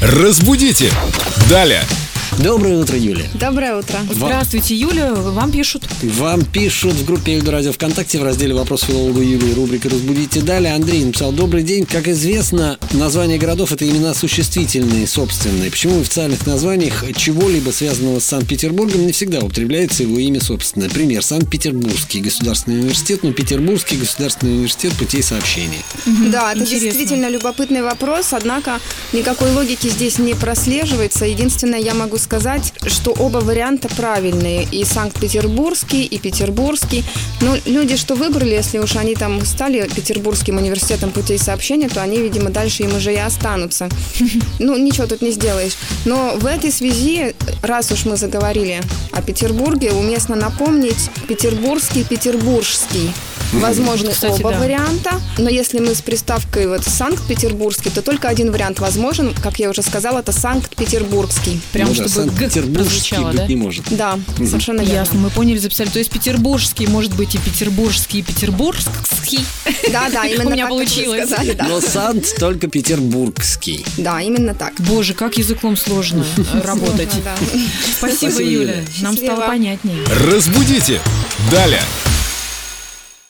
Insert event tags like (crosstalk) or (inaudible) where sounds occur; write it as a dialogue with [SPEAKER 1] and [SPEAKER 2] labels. [SPEAKER 1] Разбудите! Далее!
[SPEAKER 2] Доброе утро, Юля.
[SPEAKER 3] Доброе утро.
[SPEAKER 4] Здравствуйте, Юля. Вам пишут.
[SPEAKER 2] Вам пишут в группе Эльдо Радио ВКонтакте в разделе «Вопрос филологу Юлии» рубрика «Разбудите далее». Андрей написал «Добрый день». Как известно, названия городов – это имена существительные, собственные. Почему в официальных названиях чего-либо связанного с Санкт-Петербургом не всегда употребляется его имя собственное? Пример – Санкт-Петербургский государственный университет, но Петербургский государственный университет путей сообщения.
[SPEAKER 3] Да, это
[SPEAKER 4] Интересно.
[SPEAKER 3] действительно любопытный вопрос, однако никакой логики здесь не прослеживается. Единственное, я могу сказать, что оба варианта правильные. И Санкт-Петербургский, и Петербургский. Но люди, что выбрали, если уж они там стали Петербургским университетом путей сообщения, то они, видимо, дальше им уже и останутся. Ну, ничего тут не сделаешь. Но в этой связи, раз уж мы заговорили о Петербурге, уместно напомнить петербургский, петербургский. Возможны
[SPEAKER 4] Кстати,
[SPEAKER 3] оба
[SPEAKER 4] да.
[SPEAKER 3] варианта, но если мы с приставкой вот Санкт-Петербургский, то только один вариант возможен, как я уже сказала, это Санкт-Петербургский.
[SPEAKER 4] Прям
[SPEAKER 2] Ну да,
[SPEAKER 4] чтобы «г»
[SPEAKER 2] Санкт-Петербургский
[SPEAKER 4] прозвучало,
[SPEAKER 2] быть
[SPEAKER 4] да?
[SPEAKER 2] не может.
[SPEAKER 3] Да, совершенно верно.
[SPEAKER 4] Ясно, мы поняли, записали. То есть петербургский может быть и петербургский, и (laughs) петербургский.
[SPEAKER 3] Да, да, именно так,
[SPEAKER 4] меня
[SPEAKER 3] как вы
[SPEAKER 4] получилось.
[SPEAKER 3] сказали, да.
[SPEAKER 2] Но Санкт только петербургский.
[SPEAKER 3] Да, именно так.
[SPEAKER 4] Боже, как
[SPEAKER 2] (laughs)
[SPEAKER 4] языком сложно э, работать.
[SPEAKER 3] Сложно, да.
[SPEAKER 4] Спасибо,
[SPEAKER 2] Спасибо, Юля.
[SPEAKER 4] Юля. Нам
[SPEAKER 3] Счастливо.
[SPEAKER 4] стало понятнее.
[SPEAKER 1] Разбудите! Далее!